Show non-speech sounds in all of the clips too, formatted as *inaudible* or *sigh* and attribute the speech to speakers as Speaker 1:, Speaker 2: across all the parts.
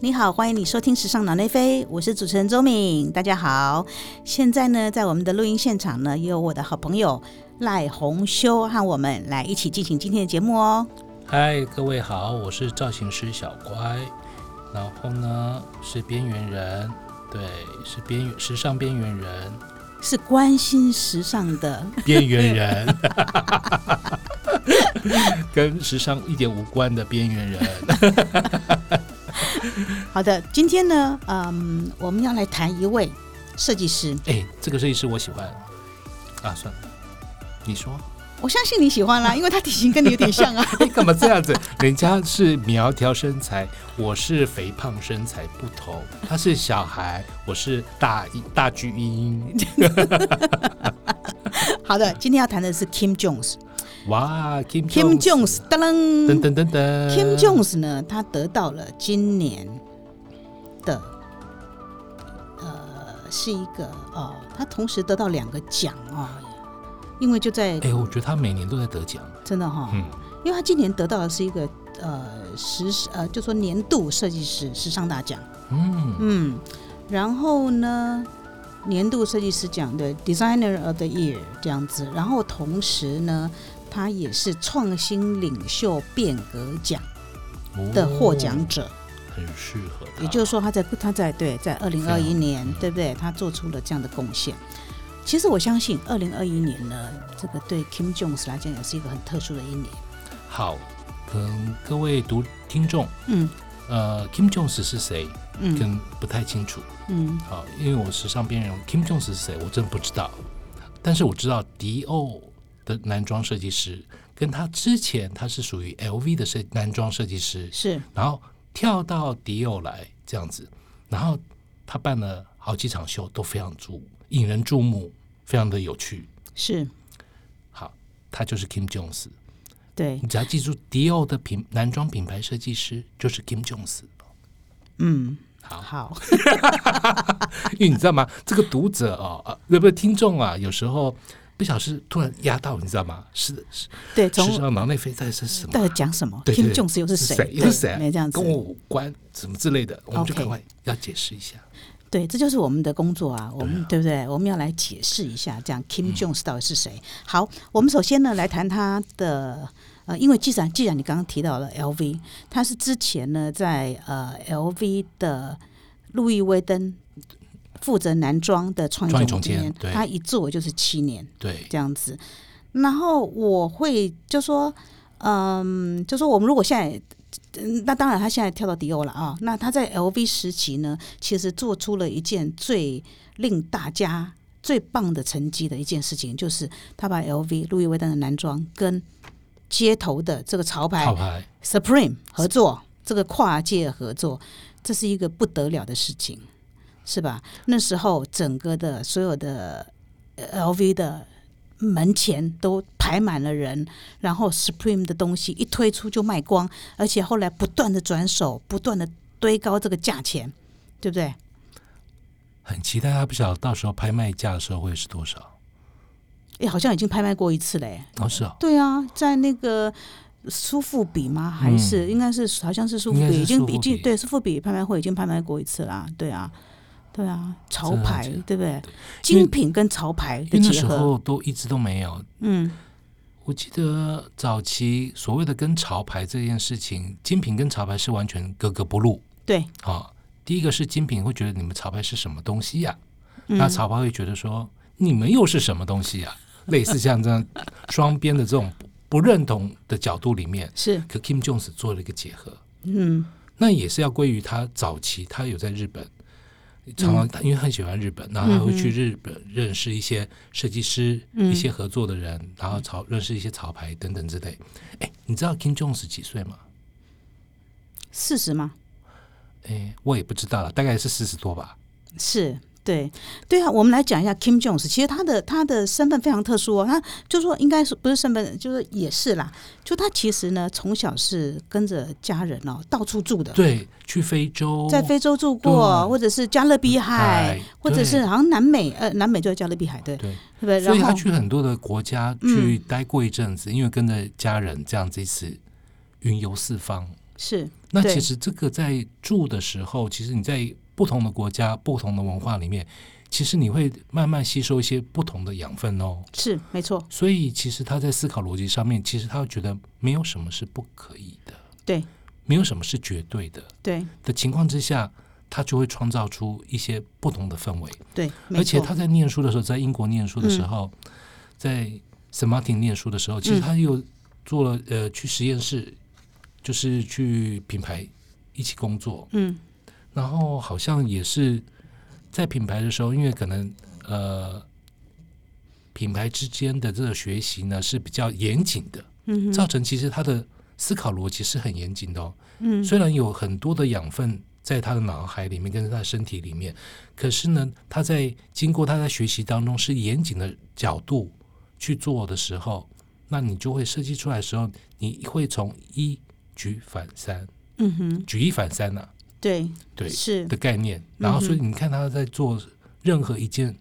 Speaker 1: 你好，欢迎你收听《时尚脑内飞》，我是主持人周敏，大家好。现在呢，在我们的录音现场呢，有我的好朋友赖宏修和我们来一起进行今天的节目哦。
Speaker 2: 嗨，各位好，我是造型师小乖，然后呢是边缘人，对，是边缘时尚边缘人，
Speaker 1: 是关心时尚的，
Speaker 2: 边缘人， *laughs* 跟时尚一点无关的边缘人。
Speaker 1: 好的，今天呢，嗯，我们要来谈一位设计师，
Speaker 2: 哎，这个设计师我喜欢啊，算了，你说
Speaker 1: 我相信你喜欢啦，因为他体型跟你有点像
Speaker 2: *laughs*
Speaker 1: 啊。
Speaker 2: 你干嘛这样子？人家是苗条身材，我是肥胖身材，不同。他是小孩，我是大一大巨婴。
Speaker 1: 好的，今天要谈的是 Kim Jones。
Speaker 2: 哇，Kim
Speaker 1: Kim
Speaker 2: Jones
Speaker 1: Jones，当当
Speaker 2: 噔噔噔噔
Speaker 1: Kim Jones 呢，他得到了今年的呃是一个哦，他同时得到两个奖哦，因为就在
Speaker 2: 哎、我觉得他每年都在得奖。
Speaker 1: 真的哈、
Speaker 2: 嗯，
Speaker 1: 因为他今年得到的是一个呃时呃就说年度设计师时尚大奖，
Speaker 2: 嗯，
Speaker 1: 嗯，然后呢，年度设计师奖的 Designer of the Year 这样子，然后同时呢，他也是创新领袖变革奖的获
Speaker 2: 哦
Speaker 1: 奖者，
Speaker 2: 很适合他。
Speaker 1: 也就是说他在他在对在二零二
Speaker 2: 非
Speaker 1: 一
Speaker 2: 常
Speaker 1: 年
Speaker 2: 嗯
Speaker 1: 对不对？他做出了这样的贡献。其实我相信二零二一年呢，这个对 Kim Jones 来讲也是一个很特殊的一年。
Speaker 2: 好，可能各位读听众，
Speaker 1: 嗯
Speaker 2: 呃，Kim Jones 是谁，可
Speaker 1: 嗯
Speaker 2: 能不太清楚。
Speaker 1: 嗯，
Speaker 2: 好，因为我时尚边缘人，Kim Jones 是谁，我真的不知道。但是我知道迪奥的男装设计师，跟他之前他是属于 LV 的设男装设计师，
Speaker 1: 是
Speaker 2: 然后跳到迪奥来这样子，然后他办了好几场秀，都非常注引人注目，非常的有趣。
Speaker 1: 是，
Speaker 2: 好，他就是 Kim Jones。
Speaker 1: 对
Speaker 2: 你，只要记住，迪奥的品男装品牌设计师就是 Kim Jones。 *laughs*
Speaker 1: 嗯，
Speaker 2: 好，
Speaker 1: 好， *laughs*
Speaker 2: 因为你知道吗？这个读者哦，呃，不是听众啊，有时候不小心突然压到，你知道吗？是是，
Speaker 1: 对，从
Speaker 2: 事实上脑内啡在是什么？
Speaker 1: 到底讲什么
Speaker 2: 对对
Speaker 1: ？Kim
Speaker 2: 对
Speaker 1: Jones 又是谁？
Speaker 2: 谁？又
Speaker 1: 对
Speaker 2: 是谁？
Speaker 1: 没这样子
Speaker 2: 跟。我无关，什么之类的，我们
Speaker 1: OK
Speaker 2: 就赶快要解释一下。
Speaker 1: 对，这就是我们的工作啊，我嗯们对不对？我们要来解释一下，这样 Kim Jones 到底是谁？好，我们首先呢来谈他的呃，因为既然既然你刚刚提到了 LV，他是之前呢在呃 LV 的路易威登负责男装的创
Speaker 2: 创
Speaker 1: 意
Speaker 2: 意
Speaker 1: 总
Speaker 2: 总
Speaker 1: 监
Speaker 2: 监，对
Speaker 1: 他一做就是七年
Speaker 2: 对，
Speaker 1: 这样子。然后我会就说，嗯，就说我们如果现在。嗯那当然，他现在跳到迪欧了啊。那他在 LV 时期呢，其实做出了一件最令大家最棒的成绩的一件事情，就是他把 LV 路易威登的男装跟街头的这个潮牌
Speaker 2: 套牌
Speaker 1: Supreme 合作，这个跨界合作，这是一个不得了的事情，是吧？那时候整个的所有的呃 LV 的门前都排满了人，然后 Supreme 的东西一推出就卖光，而且后来不断的转手，不断的堆高这个价钱，对不对？
Speaker 2: 很期待，他不晓得到时候拍卖价的时候会是多少。
Speaker 1: 诶，好像已经拍卖过一次嘞、诶
Speaker 2: 哦，是哦，
Speaker 1: 对啊，在那个苏富比吗？还是、应该是好像是苏富
Speaker 2: 嗯应该
Speaker 1: 比，
Speaker 2: 是
Speaker 1: 已经
Speaker 2: 苏富
Speaker 1: 已经
Speaker 2: 比
Speaker 1: 对苏富比拍卖会已经拍卖过一次啦。对啊，对啊，潮
Speaker 2: 这样
Speaker 1: 牌
Speaker 2: 子
Speaker 1: 对不对？
Speaker 2: 因为
Speaker 1: 精品跟潮牌的
Speaker 2: 因为那
Speaker 1: 结
Speaker 2: 时
Speaker 1: 合，
Speaker 2: 候都一直都没有。
Speaker 1: 嗯，
Speaker 2: 我记得早期所谓的跟潮牌这件事情，精品跟潮牌是完全格格不入
Speaker 1: 对，
Speaker 2: 啊、第一个是精品会觉得你们潮牌是什么东西呀、
Speaker 1: 嗯
Speaker 2: 那潮牌会觉得说你们又是什么东西呀、类似像这样双边的这种不认同的角度里面，
Speaker 1: 是，
Speaker 2: 可 Kim Jones 做了一个结合，
Speaker 1: 嗯，
Speaker 2: 那也是要归于他早期他有在日本。常常，他因为他很喜欢日本，然
Speaker 1: 嗯
Speaker 2: 后他
Speaker 1: 哼
Speaker 2: 会去日本认识一些设计师、
Speaker 1: 嗯
Speaker 2: 一些合作的人，然后潮认识一些潮牌等等之类。哎，你知道 Kim Jones 几岁吗？
Speaker 1: 事实吗？
Speaker 2: 哎，我也不知道了，大概是四十多吧。
Speaker 1: 是。对，对啊，我们来讲一下 Kim Jones。其实他的他的身份非常特殊哦，他就说应该是不是身份，就是也是啦。就他其实呢，从小是跟着家人哦到处住的，
Speaker 2: 对，去非洲，
Speaker 1: 在非洲住过，
Speaker 2: 哦对
Speaker 1: 或者是加勒比海
Speaker 2: 海，
Speaker 1: 或者
Speaker 2: 对
Speaker 1: 是好像南美，呃，南美就在加勒比海，对，对
Speaker 2: 对，
Speaker 1: 不对？
Speaker 2: 所以他
Speaker 1: 然后嗯
Speaker 2: 去很多的国家去待过一阵子，因为跟着家人这样子一次云游四方，
Speaker 1: 是
Speaker 2: 那
Speaker 1: 对
Speaker 2: 其实这个在住的时候，其实你在不同的国家、不同的文化里面，其实你会慢慢吸收一些不同的养分哦。
Speaker 1: 是没错，
Speaker 2: 所以其实他在思考逻辑上面，其实他会觉得没有什么是不可以的，
Speaker 1: 对
Speaker 2: 没有什么是绝对的
Speaker 1: 对
Speaker 2: 的情况之下，他就会创造出一些不同的氛围。
Speaker 1: 对，没
Speaker 2: 而且
Speaker 1: 错，嗯
Speaker 2: 他在念书的时候，在英国念书的时候，在 s m a r t i n 念书的时候，其实他又做了呃去实验室，就是去品牌一起工作，
Speaker 1: 嗯
Speaker 2: 然后好像也是在品牌的时候，因为可能呃品牌之间的这个学习呢是比较严谨的，
Speaker 1: 嗯哼
Speaker 2: 造成其实他的思考逻辑是很严谨的哦。
Speaker 1: 嗯
Speaker 2: 虽然有很多的养分在他的脑海里面跟他的身体里面，可是呢，他在经过他在学习当中是严谨的角度去做的时候，那你就会设计出来的时候，你会从一举反三，
Speaker 1: 嗯哼，
Speaker 2: 举一反三呐、啊，
Speaker 1: 对
Speaker 2: 对
Speaker 1: 是
Speaker 2: 的概
Speaker 1: 嗯
Speaker 2: 念。然后，所以你看他在做任何一件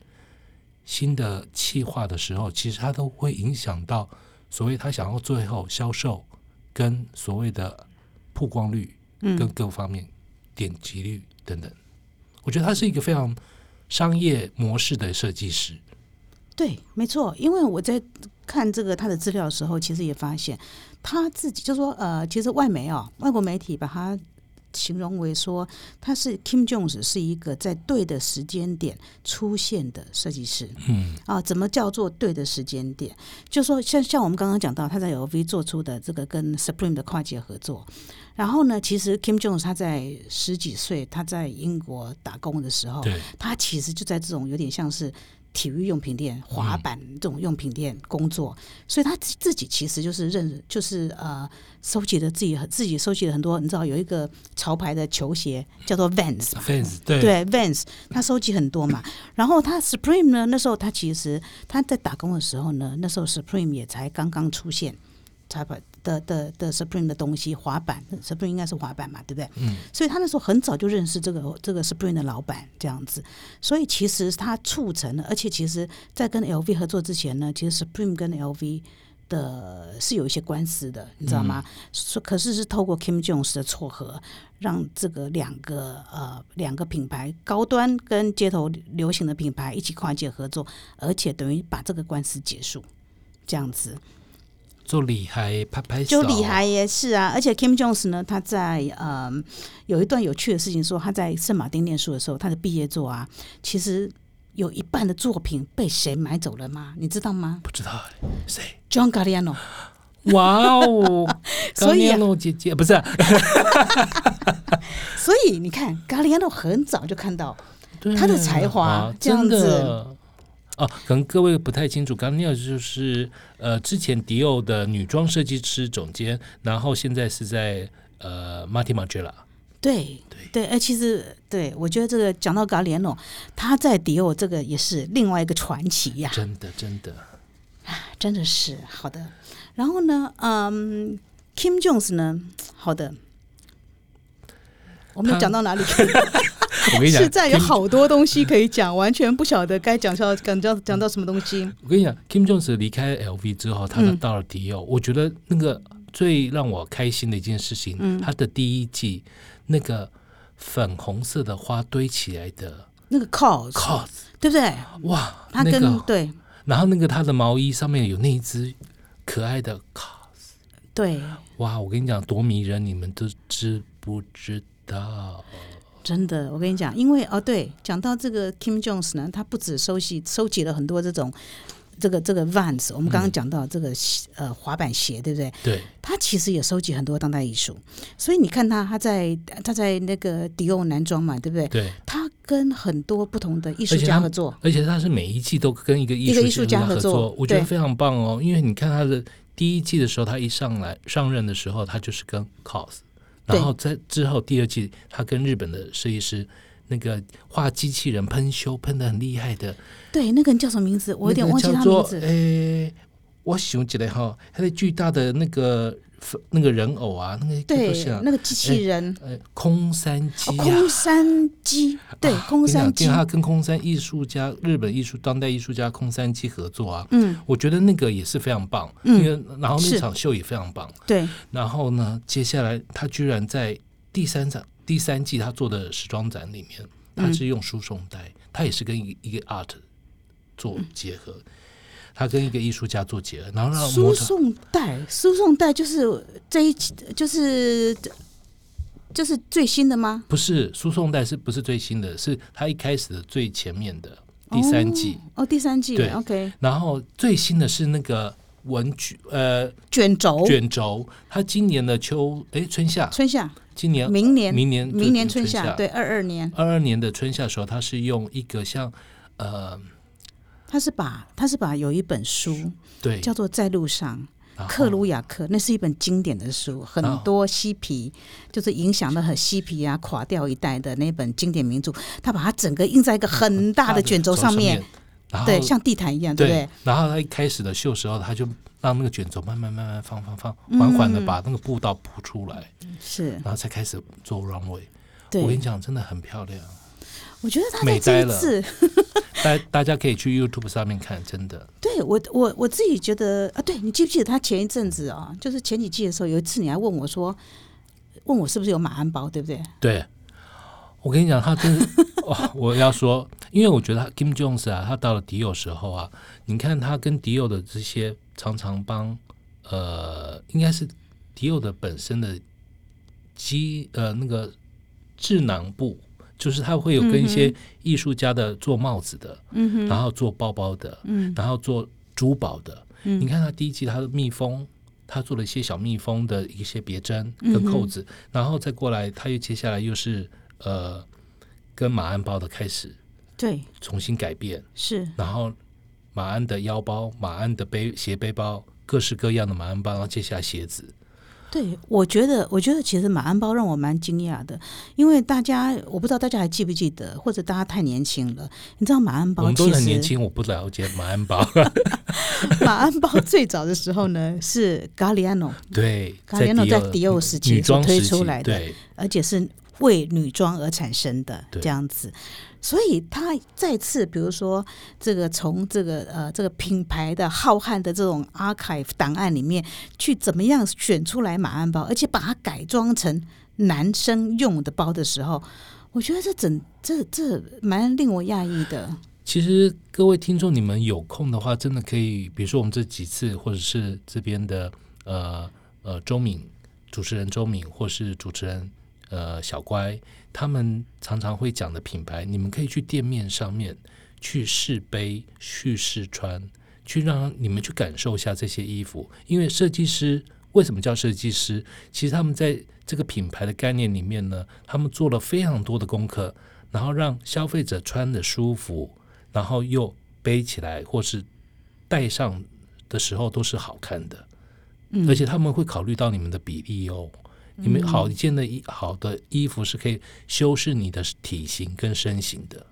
Speaker 2: 新的企划的时候，其实他都会影响到所谓他想要最后销售跟所谓的曝光率。跟
Speaker 1: 嗯
Speaker 2: 各方面、点击率等等。我觉得他是一个非常商业模式的设计师。
Speaker 1: 对没错，因为我在看这个他的资料的时候，其实也发现他自己就说呃，其实外媒啊、外国媒体把他。形容为说他是 Kim Jones 是一个在对的时间点出现的设计师，
Speaker 2: 嗯，
Speaker 1: 啊，怎么叫做对的时间点？就说像像我们刚刚讲到，他在 LV 做出的这个跟 Supreme 的跨界合作，然后呢，其实 Kim Jones 他在十几岁，他在英国打工的时候，
Speaker 2: 对，
Speaker 1: 他其实就在这种有点像是体育用品店、滑板这种用品店工作，所以他自自己其实就是认，就是呃，收集了自己很自己收集了很多，你知道有一个潮牌的球鞋叫做 Vans 嘛
Speaker 2: f a n s
Speaker 1: *laughs*
Speaker 2: 对，
Speaker 1: 对 Vans，他收集很多嘛。然后他 Supreme 呢，那时候他其实他在打工的时候呢，那时候 Supreme 也才刚刚出现，才把的的的 Supreme 的东西滑板，Supreme 应该是滑板嘛，对不对？
Speaker 2: 嗯，
Speaker 1: 所以他那时候很早就认识这个这个 Supreme 的老板这样子，所以其实他促成了，而且其实在跟 LV 合作之前呢，其实 Supreme 跟 LV。的是有一些官司的，你知道吗？是可是是透过 Kim Jones 的撮合，让这个两个呃两个品牌高端跟街头流行的品牌一起跨界合作，而且等于把这个官司结束，这样子
Speaker 2: 做厉害，拍拍手，
Speaker 1: 就李海也是啊。而且 Kim Jones 呢，他在呃有一段有趣的事情说，他在圣马丁念书的时候，他的毕业作啊，其实有一半的作品被谁买走了吗？你知道吗
Speaker 2: 不知道哎谁。
Speaker 1: ？John Galliano。
Speaker 2: 哇
Speaker 1: *laughs*
Speaker 2: 哦，
Speaker 1: 所以啊
Speaker 2: 高念露姐姐不是啊，
Speaker 1: 所以你看，Galliano 很早就看到，
Speaker 2: 对
Speaker 1: 他的才华
Speaker 2: 啊
Speaker 1: 这样
Speaker 2: 真
Speaker 1: 子
Speaker 2: 的。哦，可能各位不太清楚，刚念就是呃，之前迪奥的女装设计师总监，然后现在是在呃马蒂马 l 拉。
Speaker 1: 啊对
Speaker 2: 对
Speaker 1: 对，哎，其实对我觉得这个讲到 Galliano，他在迪奥这个也是另外一个传奇呀、
Speaker 2: 真的
Speaker 1: *laughs*
Speaker 2: 真的，
Speaker 1: 真的是好的。然后呢，嗯，Kim Jones 呢，好的，我们
Speaker 2: 他
Speaker 1: 讲到哪里？
Speaker 2: 我跟
Speaker 1: *laughs*
Speaker 2: 你讲，
Speaker 1: 是在有
Speaker 2: Kim
Speaker 1: 好多东西可以讲，完全不晓得该讲到讲到讲到什么东西。
Speaker 2: 我跟你讲，Kim Jones 离开 LV 之
Speaker 1: 嗯
Speaker 2: 后，他到了迪奥，我觉得那个最让我开心的一件事情，
Speaker 1: 嗯
Speaker 2: 他的第一季那个粉红色的花堆起来的
Speaker 1: 那个 cause
Speaker 2: cos，
Speaker 1: 对不对？
Speaker 2: 哇，
Speaker 1: 他
Speaker 2: 那
Speaker 1: 跟、
Speaker 2: 个，哦
Speaker 1: 对
Speaker 2: 然后那个他的毛衣上面有那一只可爱的 cos，
Speaker 1: 对，
Speaker 2: 哇，我跟你讲多迷人，你们都知不知道？
Speaker 1: 真的，我跟你讲，因为哦，对，讲到这个 Kim Jones 呢，他不止收集收集了很多这种这个这个 Vans，我们刚刚讲到这个、呃滑板鞋，对不对？ *laughs*
Speaker 2: 对，
Speaker 1: 他其实也收集很多当代艺术，所以你看他，他在他在那个迪奥男装嘛，对不对？
Speaker 2: 对，
Speaker 1: 他跟很多不同的艺术
Speaker 2: 而且
Speaker 1: 家
Speaker 2: 他
Speaker 1: 合作，
Speaker 2: 而且他是每一季都跟一个艺
Speaker 1: 一个
Speaker 2: 术
Speaker 1: 艺术
Speaker 2: 家
Speaker 1: 家合
Speaker 2: 作，
Speaker 1: 作
Speaker 2: 我觉得
Speaker 1: 对
Speaker 2: 非常棒哦。因为你看他的第一季的时候，他一上来上任的时候，他就是跟 COS，
Speaker 1: 对
Speaker 2: 然后在之后第二季，他跟日本的设计师那个画机器人喷修喷的很厉害的，
Speaker 1: 对，那个人叫什么名字？我有点呃
Speaker 2: 那
Speaker 1: 忘
Speaker 2: 个
Speaker 1: 记
Speaker 2: 叫
Speaker 1: 他
Speaker 2: 做
Speaker 1: 名字。
Speaker 2: 诶，我想起来哈，他的巨大的那个那个人偶啊，那个
Speaker 1: 对
Speaker 2: 都是啊
Speaker 1: 那个机器人，
Speaker 2: 呃空山鸡
Speaker 1: 哦，
Speaker 2: 呀、
Speaker 1: 空山鸡，对，空山鸡
Speaker 2: 跟，他跟空山艺术家、日本艺术当代艺术家空山鸡合作啊，
Speaker 1: 嗯，
Speaker 2: 我觉得那个也是非常棒，
Speaker 1: 嗯
Speaker 2: 因为然后那
Speaker 1: 是
Speaker 2: 场秀也非常棒。
Speaker 1: 对，
Speaker 2: 然后呢，接下来他居然在第三场第三季他做的时装展里面，
Speaker 1: 嗯
Speaker 2: 他是用输送带，他也是跟一个一个 art 做结合，他跟一个艺术家做结合，然后让
Speaker 1: 输
Speaker 2: 模特
Speaker 1: 送带，输送带就是这一期，就是就是最新的吗？
Speaker 2: 不是输送带是不是最新的？是他一开始的最前面的第三季，
Speaker 1: 哦，第三季
Speaker 2: 对
Speaker 1: ，OK，
Speaker 2: 然后最新的是那个文具呃
Speaker 1: 卷轴，
Speaker 2: 卷轴，他今年的秋哎春夏，
Speaker 1: 春夏，
Speaker 2: 今年
Speaker 1: 呃明年，
Speaker 2: 明年
Speaker 1: 明年
Speaker 2: 春
Speaker 1: 春夏，对，二二年，
Speaker 2: 二二年的春夏的时候，他是用一个像呃，
Speaker 1: 他是把他是把有一本书哦
Speaker 2: 对，
Speaker 1: 叫做《在路上》。
Speaker 2: 然后
Speaker 1: 克鲁雅克，那是一本经典的书，很多嬉皮就是影响了很嬉皮啊，垮掉一代的那本经典名著，他把它整个印在一个很大的卷轴上面，，
Speaker 2: 然后
Speaker 1: 对，像地毯一样，对不
Speaker 2: 对
Speaker 1: 对？，
Speaker 2: 然后他一开始的秀时候，他就让那个卷轴慢慢慢慢放放放，缓缓的
Speaker 1: 嗯
Speaker 2: 把那个步道铺出来，
Speaker 1: 是，
Speaker 2: 然后才开始做 runway。我跟
Speaker 1: 对
Speaker 2: 你，讲，真的很漂亮，
Speaker 1: 我觉得他
Speaker 2: 美
Speaker 1: 在这
Speaker 2: 呆了
Speaker 1: 一次，
Speaker 2: 大大家可以去 YouTube 上面看，真的，
Speaker 1: 对我我我自己觉得啊，对你记不记得他前一阵子啊，就是前几季的时候，有一次你还问我说，问我是不是有马鞍包，对不对？
Speaker 2: 对。我跟你讲，他
Speaker 1: *laughs*
Speaker 2: 真是哇！我要说，因为我觉得他 Kim Jones 啊，他到了迪奥时候啊，你看他跟迪奥的这些常常帮，呃，应该是迪奥的本身的机呃那个智囊部，就是他会有跟一些艺术家的做帽子的，
Speaker 1: 嗯哼，
Speaker 2: 然后做包包的，
Speaker 1: 嗯
Speaker 2: 然后做珠宝的。
Speaker 1: 嗯
Speaker 2: 你看他第一季他的蜜蜂，他做了一些小蜜蜂的一些别针
Speaker 1: 嗯
Speaker 2: 跟
Speaker 1: 哼
Speaker 2: 扣子，然后再过来，他又接下来又是呃跟马鞍包的开始
Speaker 1: 对，
Speaker 2: 重新改变，
Speaker 1: 是，
Speaker 2: 然后马鞍的腰包、马鞍的背斜背包，各式各样的马鞍包，然后接下来鞋子，
Speaker 1: 对，我觉得，我觉得其实马鞍包让我蛮惊讶的，因为大家我不知道大家还记不记得，或者大家太年轻了。你知道马鞍
Speaker 2: 我
Speaker 1: 包
Speaker 2: 们都
Speaker 1: 其
Speaker 2: 很年
Speaker 1: 实
Speaker 2: 轻，我不了解马鞍包，
Speaker 1: *laughs*
Speaker 2: *laughs*
Speaker 1: 马鞍包最早的时候呢是 Galliano，
Speaker 2: 对，在
Speaker 1: Galliano
Speaker 2: 迪奥嗯
Speaker 1: 在迪奥时期
Speaker 2: 女装
Speaker 1: 所推
Speaker 2: 时
Speaker 1: 出
Speaker 2: 期
Speaker 1: 来的
Speaker 2: 对
Speaker 1: 而且是为女装而产生的
Speaker 2: 对
Speaker 1: 这样子，所以他再次比如说这个从这个呃这个品牌的浩瀚的这种 archive 档案里面去怎么样选出来马鞍包，而且把它改装成男生用的包的时候，我觉得这整这这蛮令我讶异的。
Speaker 2: 其实各位听众，你们有空的话，真的可以，比如说我们这几次，或者是这边的呃呃周敏主持人周敏，或是主持人呃小乖，他们常常会讲的品牌，你们可以去店面上面去试背、去试穿，去让你们去感受一下这些衣服，因为设计师。为什么叫设计师？其实他们在这个品牌的概念里面呢，他们做了非常多的功课，然后让消费者穿的舒服，然后又背起来或是戴上的时候都是好看的，
Speaker 1: 嗯
Speaker 2: 而且他们会考虑到你们的比例哦。你们好一件的衣好的衣服是可以修饰你的体型跟身形的，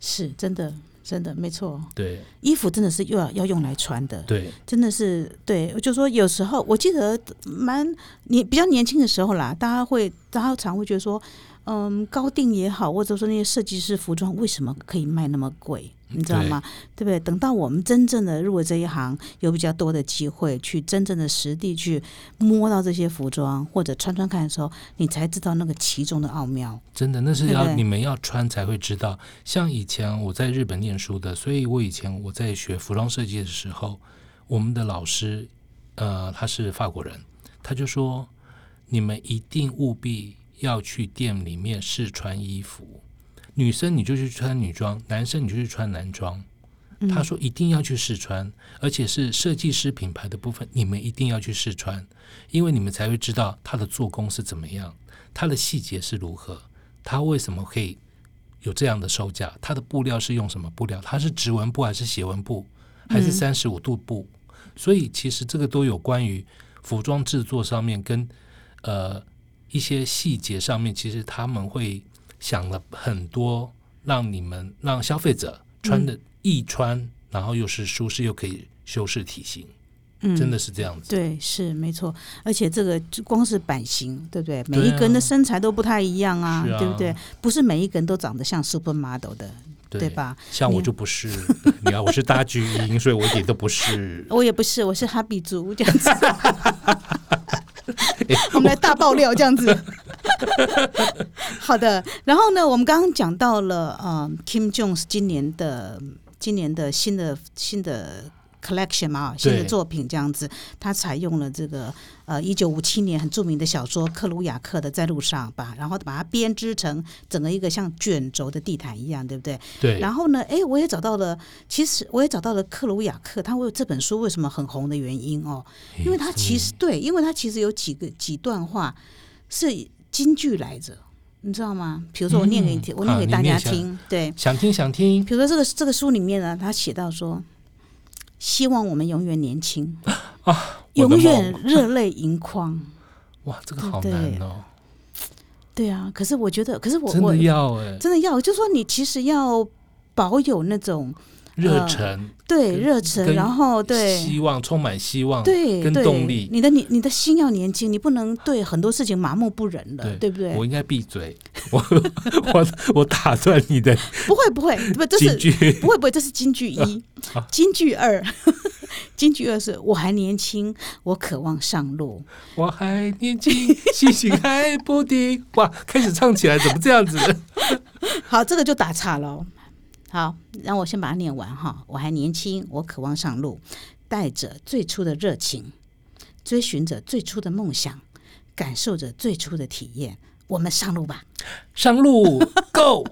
Speaker 1: 是真的，真的没错，
Speaker 2: 对
Speaker 1: 衣服真的是又要要用来穿的。
Speaker 2: 对
Speaker 1: 真的是对，就说有时候我记得蛮年比较年轻的时候啦，大家会大家常会觉得说，嗯，高定也好，或者说那些设计师服装为什么可以卖那么贵？你知道吗？对不对？等到我们真正的入了这一行，有比较多的机会去真正的实地去摸到这些服装或者穿穿看的时候，你才知道那个其中的奥妙。
Speaker 2: 真的，那是
Speaker 1: 对
Speaker 2: 要
Speaker 1: 对
Speaker 2: 你们要穿才会知道。像以前我在日本念书的，所以我以前我在学服装设计的时候，我们的老师，呃，他是法国人，他就说，你们一定务必要去店里面试穿衣服，女生你就去穿女装，男生你就去穿男装。
Speaker 1: 嗯
Speaker 2: 他说一定要去试穿，而且是设计师品牌的部分，你们一定要去试穿，因为你们才会知道它的做工是怎么样，它的细节是如何，它为什么可以有这样的售价，它的布料是用什么布料，它是直纹布还是斜纹布，还是三十五度布，所以其实这个都有关于服装制作上面跟呃一些细节上面，其实他们会想了很多，让你们让消费者穿的易穿，然后又是舒适又可以修饰体型。
Speaker 1: 嗯，
Speaker 2: 真的是这样子。
Speaker 1: 对，是没错，而且这个就光是版型，对不对？每
Speaker 2: 对
Speaker 1: 一个人的
Speaker 2: 啊
Speaker 1: 身材都不太一样啊，
Speaker 2: 是啊
Speaker 1: 对不对？不是每一个人都长得像 supermodel 的，对？吧？
Speaker 2: 像我
Speaker 1: 你
Speaker 2: 就不是，你看我是大巨婴，所以我一点都
Speaker 1: *laughs*
Speaker 2: 不是。
Speaker 1: 我也不是，我是哈比族这样子。
Speaker 2: 哎
Speaker 1: *laughs* 我们来大爆料这样
Speaker 2: *laughs*
Speaker 1: 子。好的，然后呢，我们刚刚讲到了呃，Kim Jones 今年的今年的新的新的 collection 嘛，新的
Speaker 2: 对
Speaker 1: 作品这样子，他采用了这个呃，一九五七年很著名的小说克鲁雅克的《在路上》吧，然后把它编织成整个一个像卷轴的地毯一样，对不对？
Speaker 2: 对，
Speaker 1: 然后呢，哎，我也找到了，其实我也找到了克鲁雅克，他为这本书为什么很红的原因哦，因
Speaker 2: 哎
Speaker 1: 为他其实对，因为他其实有几个几段话是京剧来着，你知道吗？比如说我念给你听，
Speaker 2: 嗯
Speaker 1: 我念
Speaker 2: 啊
Speaker 1: 给
Speaker 2: 你
Speaker 1: 大
Speaker 2: 念
Speaker 1: 家
Speaker 2: 一下
Speaker 1: 听，对，
Speaker 2: 嗯想听想听，
Speaker 1: 比如说这个这个书里面呢，他写到说，希望我们永远年
Speaker 2: *laughs*
Speaker 1: 轻，
Speaker 2: 啊我的
Speaker 1: 永
Speaker 2: 梦
Speaker 1: 远
Speaker 2: *laughs*
Speaker 1: 热泪盈眶。
Speaker 2: 哇，这个
Speaker 1: 对
Speaker 2: 好
Speaker 1: 对
Speaker 2: 难哦，
Speaker 1: 对啊，可是我觉得，可是我
Speaker 2: 真
Speaker 1: 我呃
Speaker 2: 的要哎，
Speaker 1: 真的要，就是说你其实要保有那种
Speaker 2: 热忱、
Speaker 1: 对
Speaker 2: 跟
Speaker 1: 热忱，
Speaker 2: 跟
Speaker 1: 然后对
Speaker 2: 希望，充满希望，
Speaker 1: 对，
Speaker 2: 跟
Speaker 1: 对
Speaker 2: 动力
Speaker 1: 你的你你的心要年轻，你不能对很多事情麻木不仁了，对
Speaker 2: 对
Speaker 1: 不对
Speaker 2: 我？应该闭嘴，我我我打断你的
Speaker 1: 不会不会，不这
Speaker 2: 金
Speaker 1: 是
Speaker 2: 句，
Speaker 1: 不会不会，这是金句一，金句二， *laughs* 金句二是我还年轻，我渴望上路。
Speaker 2: 我还年轻，心情还不定。哇，开始唱起来怎么这样子？
Speaker 1: 好，这个就打岔喽。好，让我先把它念完哈。我还年轻，我渴望上路，带着最初的热情，追寻着最初的梦想，感受着最初的体验。我们上路吧。
Speaker 2: 上路，Go！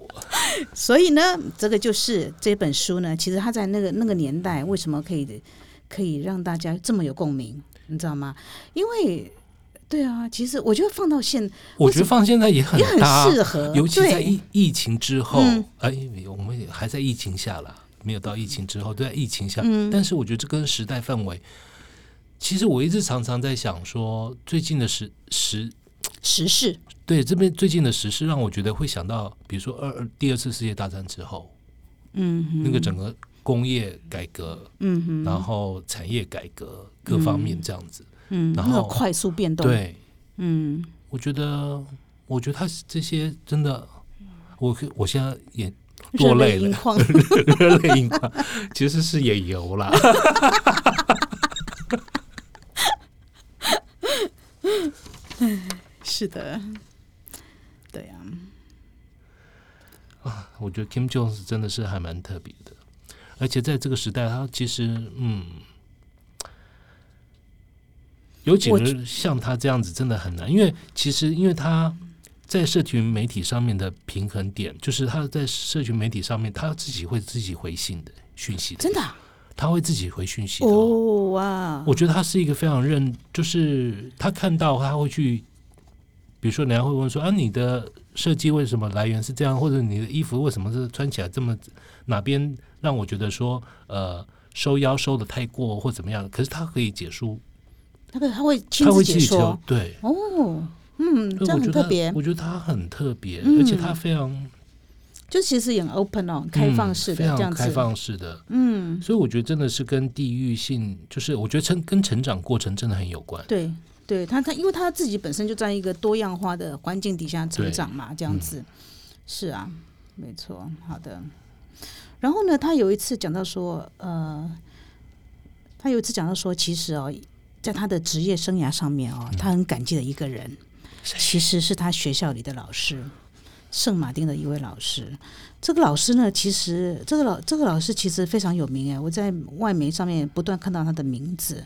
Speaker 1: 所以呢，这个就是这本书呢，其实它在那个那个年代，为什么可以可以让大家这么有共鸣，你知道吗？因为对啊，其实我觉得放到现
Speaker 2: 我觉得放现在也很
Speaker 1: 也很
Speaker 2: 搭，
Speaker 1: 适合，
Speaker 2: 尤其在
Speaker 1: 对
Speaker 2: 疫疫情之后
Speaker 1: 嗯，
Speaker 2: 哎，因为我们也还在疫情下啦，没有到疫情之后，都在疫情下。
Speaker 1: 嗯
Speaker 2: 但是我觉得这跟时代氛围，其实我一直常常在想说，最近的时时
Speaker 1: 时事，
Speaker 2: 对这边最近的时事，让我觉得会想到，比如说二二第二次世界大战之后，
Speaker 1: 嗯哼
Speaker 2: 那个整个工业改革，
Speaker 1: 嗯哼
Speaker 2: 然后产业改革各方面这样子。
Speaker 1: 嗯，
Speaker 2: 然
Speaker 1: 那
Speaker 2: 后
Speaker 1: 个快速变动，，
Speaker 2: 对，
Speaker 1: 嗯
Speaker 2: 我觉得，我觉得他这些真的，我可我现在也
Speaker 1: 热
Speaker 2: 落
Speaker 1: 泪
Speaker 2: 泪
Speaker 1: 盈
Speaker 2: 了，
Speaker 1: 眶，
Speaker 2: 热 *laughs* 泪盈眶，其实是眼油啦。
Speaker 1: 是的，对啊，
Speaker 2: 我觉得 Kim Jones 真的是还蛮特别的，而且在这个时代，他其实嗯，有几个
Speaker 1: 我
Speaker 2: 人像他这样子真的很难，因为其实因为他在社群媒体上面的平衡点，就是他在社群媒体上面他自己会自己回信的讯息的，
Speaker 1: 真的啊
Speaker 2: 他会自己回讯息的哦
Speaker 1: 哦哇，
Speaker 2: 我觉得他是一个非常认，就是他看到他会去，比如说人家会问说啊，你的设计为什么来源是这样，或者你的衣服为什么是穿起来这么哪边让我觉得说呃收腰收的太过或怎么样？可是他可以解说，
Speaker 1: 那个他会亲自
Speaker 2: 他会
Speaker 1: 解
Speaker 2: 解
Speaker 1: 说
Speaker 2: 说，，对，
Speaker 1: 哦，嗯，这
Speaker 2: 所以
Speaker 1: 样
Speaker 2: 我
Speaker 1: 很
Speaker 2: 觉
Speaker 1: 特
Speaker 2: 得
Speaker 1: 别，
Speaker 2: 我觉得他很特别，
Speaker 1: 嗯
Speaker 2: 而且他非常
Speaker 1: 就其实也很 open 哦，开放式的
Speaker 2: 嗯非
Speaker 1: 这
Speaker 2: 常
Speaker 1: 样子，
Speaker 2: 开放式的，
Speaker 1: 嗯，
Speaker 2: 所以我觉得真的是跟地域性，就是我觉得成跟成长过程真的很有关。
Speaker 1: 对对，他他因为他自己本身就在一个多样化的环境底下成
Speaker 2: 对
Speaker 1: 长嘛，这样子、是啊，没错，好的。然后呢，他有一次讲到说，呃，他有一次讲到说，其实哦，在他的职业生涯上面哦，他很感激的一个人，其实是他学校里的老师，圣马丁的一位老师。这个老师呢，其实这个老这个老师其实非常有名哎，我在外媒上面不断看到他的名字。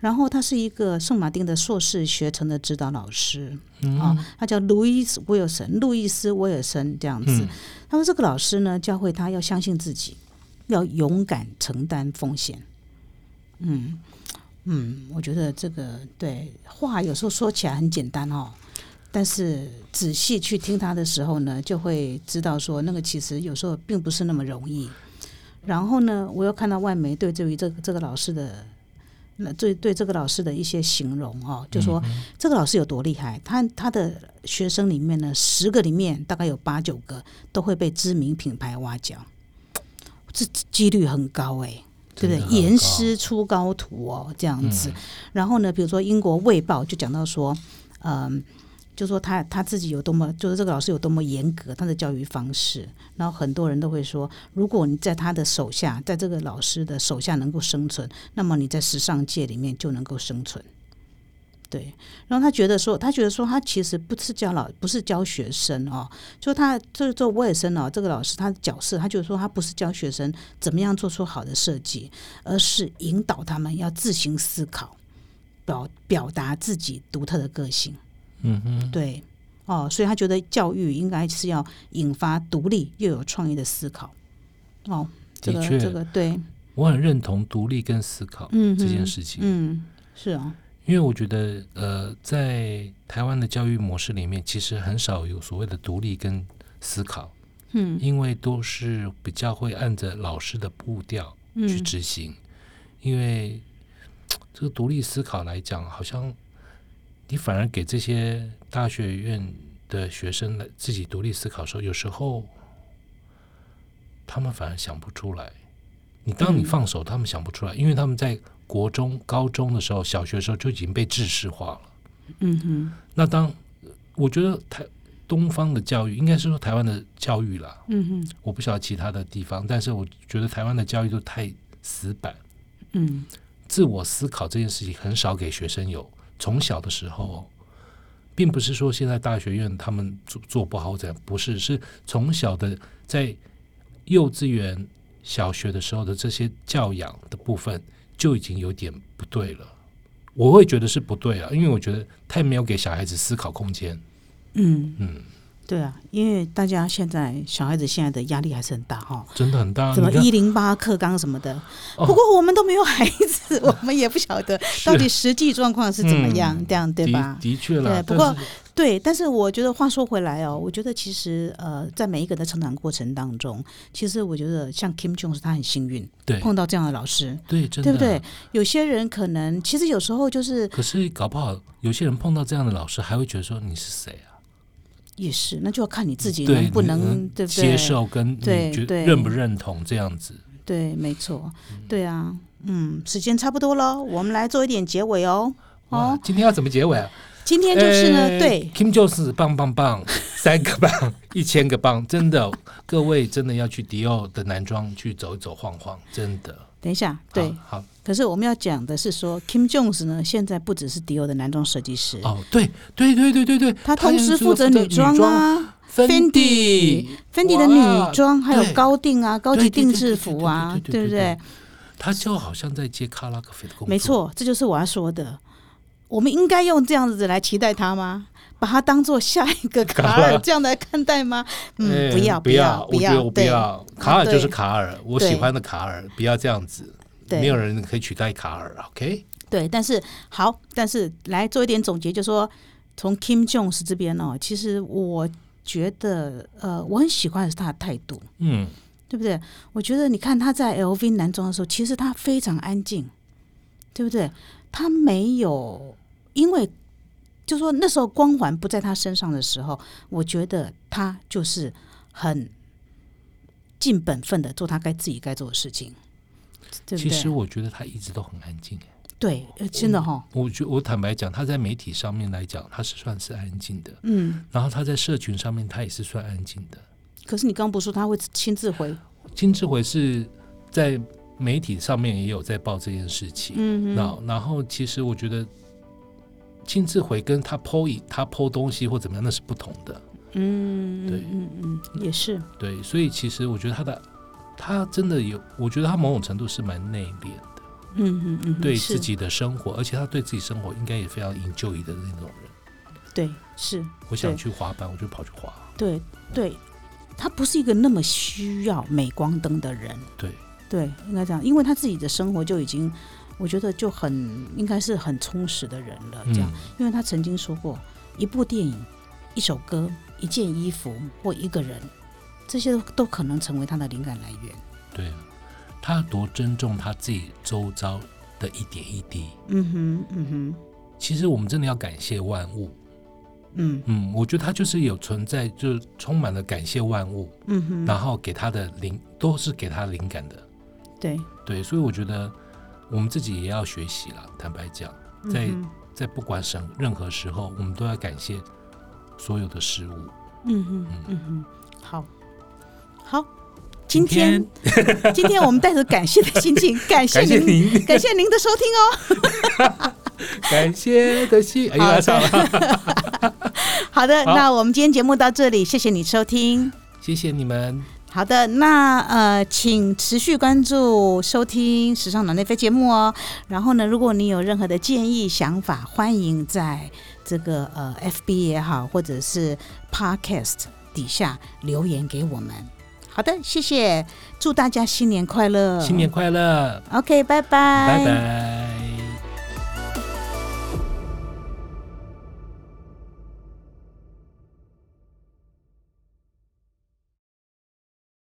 Speaker 1: 然后他是一个圣马丁的硕士学程的指导老师
Speaker 2: 嗯
Speaker 1: 啊、他叫路易斯威尔森，路易斯威尔森这样子。
Speaker 2: 嗯
Speaker 1: 他说这个老师呢，教会他要相信自己，要勇敢承担风险。嗯嗯，我觉得这个对话有时候说起来很简单哦，但是仔细去听他的时候呢，就会知道说那个其实有时候并不是那么容易。然后呢，我又看到外媒对这于这个这个老师的。那对对这个老师的一些形容哦，就
Speaker 2: 嗯
Speaker 1: 说这个老师有多厉害，他他的学生里面呢，十个里面大概有八九个都会被知名品牌挖角，这这几率很高哎、对不
Speaker 2: 真
Speaker 1: 对？
Speaker 2: 的很
Speaker 1: 严
Speaker 2: 高嗯
Speaker 1: 师出高徒哦，这样子。然后呢，比如说英国《卫报》就讲到说，嗯，就说他他自己有多么，就是这个老师有多么严格，他的教育方式。然后很多人都会说，如果你在他的手下，在这个老师的手下能够生存，那么你在时尚界里面就能够生存。对，然后他觉得说，他觉得说，他其实不是教老，不是教学生哦，就他这做卫生哦，这个老师他的角色，他就是说他不是教学生怎么样做出好的设计，而是引导他们要自行思考，表表达自己独特的个性。
Speaker 2: 嗯哼，
Speaker 1: 对，哦，所以他觉得教育应该是要引发独立又有创意的思考。哦，这
Speaker 2: 的
Speaker 1: 个
Speaker 2: 确，
Speaker 1: 这个对，
Speaker 2: 我很认同独立跟思考
Speaker 1: 嗯哼，
Speaker 2: 这件事情，
Speaker 1: 嗯，是啊，
Speaker 2: 因为我觉得呃，在台湾的教育模式里面，其实很少有所谓的独立跟思考，
Speaker 1: 嗯
Speaker 2: 因为都是比较会按着老师的步调去
Speaker 1: 嗯，
Speaker 2: 执行，因为嘖这个独立思考来讲，好像你反而给这些大学院的学生来自己独立思考的时候，有时候他们反而想不出来。你当你
Speaker 1: 嗯
Speaker 2: 放手，他们想不出来，因为他们在国中、高中的时候、小学的时候就已经被制式化了。
Speaker 1: 嗯哼，
Speaker 2: 那当我觉得台东方的教育，应该是说台湾的教育啦，
Speaker 1: 嗯哼，
Speaker 2: 我不晓得其他的地方，但是我觉得台湾的教育都太死板，
Speaker 1: 嗯
Speaker 2: 自我思考这件事情很少给学生有。从小的时候哦，并不是说现在大学院他们做做不好或怎样，不是，是从小的在幼稚园、小学的时候的这些教养的部分就已经有点不对了。我会觉得是不对啊，因为我觉得太没有给小孩子思考空间。
Speaker 1: 嗯，
Speaker 2: 嗯，
Speaker 1: 对啊，因为大家现在小孩子现在的压力还是很大哈、
Speaker 2: 真的很大。
Speaker 1: 什么
Speaker 2: 啊你看
Speaker 1: 一零八课纲什么的。
Speaker 2: 哦
Speaker 1: 不过我们都没有孩子，我们也不晓得
Speaker 2: 是
Speaker 1: 到底实际状况是怎么样，
Speaker 2: 嗯
Speaker 1: 这样对吧？
Speaker 2: 的的确啦，
Speaker 1: 对不
Speaker 2: 但是
Speaker 1: 对，但是我觉得话说回来哦，我觉得其实呃，在每一个的成长过程当中，其实我觉得像 Kim Jones 他很幸运
Speaker 2: 对
Speaker 1: 碰到这样的老师，
Speaker 2: 对，真的啊
Speaker 1: 对不对？？有些人可能其实有时候就是
Speaker 2: 可是搞不好有些人碰到这样的老师，还会觉得说你是谁啊？
Speaker 1: 也是，那就要看你自己
Speaker 2: 对
Speaker 1: 能不
Speaker 2: 你
Speaker 1: 能
Speaker 2: 能
Speaker 1: 对不对
Speaker 2: 接受跟你
Speaker 1: 对
Speaker 2: 觉
Speaker 1: 对
Speaker 2: 认不认同这样子？
Speaker 1: 对，没错，对啊，嗯，时间差不多了，我们来做一点结尾哦。
Speaker 2: 哇
Speaker 1: 哦，，
Speaker 2: 今天要怎么结尾啊？
Speaker 1: 今天就是呢，
Speaker 2: 哎
Speaker 1: 对，
Speaker 2: ，Kim 就是棒棒棒， *laughs* 三个棒，一千个棒，真的，哦各位真的要去迪奥的男装去走一走晃晃，真的。
Speaker 1: 等一下，对，
Speaker 2: 好好
Speaker 1: 可是我们要讲的是说，Kim Jones 呢，现在不只是迪欧的男装设计师，
Speaker 2: 哦，对对对对对对，
Speaker 1: 他同时负责女
Speaker 2: 女
Speaker 1: 装啊
Speaker 2: 芬
Speaker 1: Fendi
Speaker 2: 迪，
Speaker 1: ，Fendi 的
Speaker 2: 呃哇
Speaker 1: 女装，还有
Speaker 2: 对
Speaker 1: 高定啊，高级
Speaker 2: 对对
Speaker 1: 定
Speaker 2: 对
Speaker 1: 制
Speaker 2: 对
Speaker 1: 服啊，
Speaker 2: 对
Speaker 1: 不
Speaker 2: 对
Speaker 1: 对？？
Speaker 2: 他就好像在接卡拉克菲的工作，
Speaker 1: 没，错，这就是我要说的。我们应该用这样子来期待他吗？把它当做下一
Speaker 2: *laughs*
Speaker 1: 个卡尔这样来看待吗？嗯，不要，
Speaker 2: 哎不
Speaker 1: 要，
Speaker 2: 我觉得我不
Speaker 1: 对啊
Speaker 2: 要。卡尔
Speaker 1: 对
Speaker 2: 就是卡尔，我喜
Speaker 1: 对
Speaker 2: 欢的卡尔，不要这样子，没有
Speaker 1: 对
Speaker 2: 人可以取代卡尔，OK？
Speaker 1: 对，但是好，但是来做一点总结，就说从 Kim Jones 这边哦，其实我觉得呃，我很喜欢的是他的态度。
Speaker 2: 嗯，
Speaker 1: 对不对？我觉得你看他在 LV 男装的时候，其实他非常安静，对不对？他没有，因为就说那时候光环不在他身上的时候，我觉得他就是很尽本分的做他该自己该做的事情，对不
Speaker 2: 其实
Speaker 1: 对？
Speaker 2: 我觉得他一直都很安静。
Speaker 1: 对，呃真的哈、
Speaker 2: 我觉我坦白讲，他在媒体上面来讲，他是算是安静的，
Speaker 1: 嗯。
Speaker 2: 然后他在社群上面，他也是算安静的。
Speaker 1: 可是你刚不是说他会亲自回？
Speaker 2: 金志回是在媒体上面也有在报这件事情，
Speaker 1: 嗯
Speaker 2: 那然后其实我觉得金志回跟他剖一他剖东西或怎么样那是不同的，
Speaker 1: 嗯，
Speaker 2: 对
Speaker 1: 嗯嗯嗯，也是，
Speaker 2: 对，所以其实我觉得他的他真的有，我觉得他某种程度是蛮内敛的，
Speaker 1: 嗯嗯嗯，
Speaker 2: 对
Speaker 1: 是
Speaker 2: 自己的生活，而且他对自己生活应该也非常 enjoy 的那种人。
Speaker 1: 对是，
Speaker 2: 我想
Speaker 1: 对
Speaker 2: 去滑板，我就跑去滑。
Speaker 1: 对对，他不是一个那么需要镁光灯的人。
Speaker 2: 对
Speaker 1: 对，应该这样，因为他自己的生活就已经，我觉得就很应该是很充实的人了。嗯这样，
Speaker 2: 嗯
Speaker 1: 因为他曾经说过，一部电影、一首歌、一件衣服或一个人，这些都可能成为他的灵感来源。
Speaker 2: 对，他多尊重他自己周遭的一点一滴。
Speaker 1: 嗯哼，嗯
Speaker 2: 其实我们真的要感谢万物，
Speaker 1: 哼，嗯
Speaker 2: 嗯，我觉得他就是有存在，就是充满了感谢万物，
Speaker 1: 嗯哼，
Speaker 2: 然后给他的灵都是给他灵感的。
Speaker 1: 对，
Speaker 2: 对，所以我觉得我们自己也要学习啦。坦白讲，在、
Speaker 1: 嗯
Speaker 2: 在不管什任何时候，我们都要感谢所有的事物。
Speaker 1: 嗯哼嗯哼，好，好，今
Speaker 2: 今
Speaker 1: 天今天我们带着感谢的心
Speaker 2: *laughs*
Speaker 1: 情，感谢
Speaker 2: 感谢
Speaker 1: 您， *laughs*
Speaker 2: 您，
Speaker 1: 感谢您的收听哦。
Speaker 2: 感谢可惜，哎
Speaker 1: 好
Speaker 2: 呀，上了，
Speaker 1: 好的，
Speaker 2: 好
Speaker 1: 那我们今天节目到这里，谢谢你收听。
Speaker 2: 谢谢你们，
Speaker 1: 好的，那呃，请持续关注收听《时尚脑内飞》节目哦。然后呢，如果你有任何的建议、想法，欢迎在这个呃 FB 也好，或者是 Podcast 底下留言给我们。好的，谢谢，祝大家新年快乐！
Speaker 2: 新年快乐，
Speaker 1: OK，拜拜，
Speaker 2: 拜拜。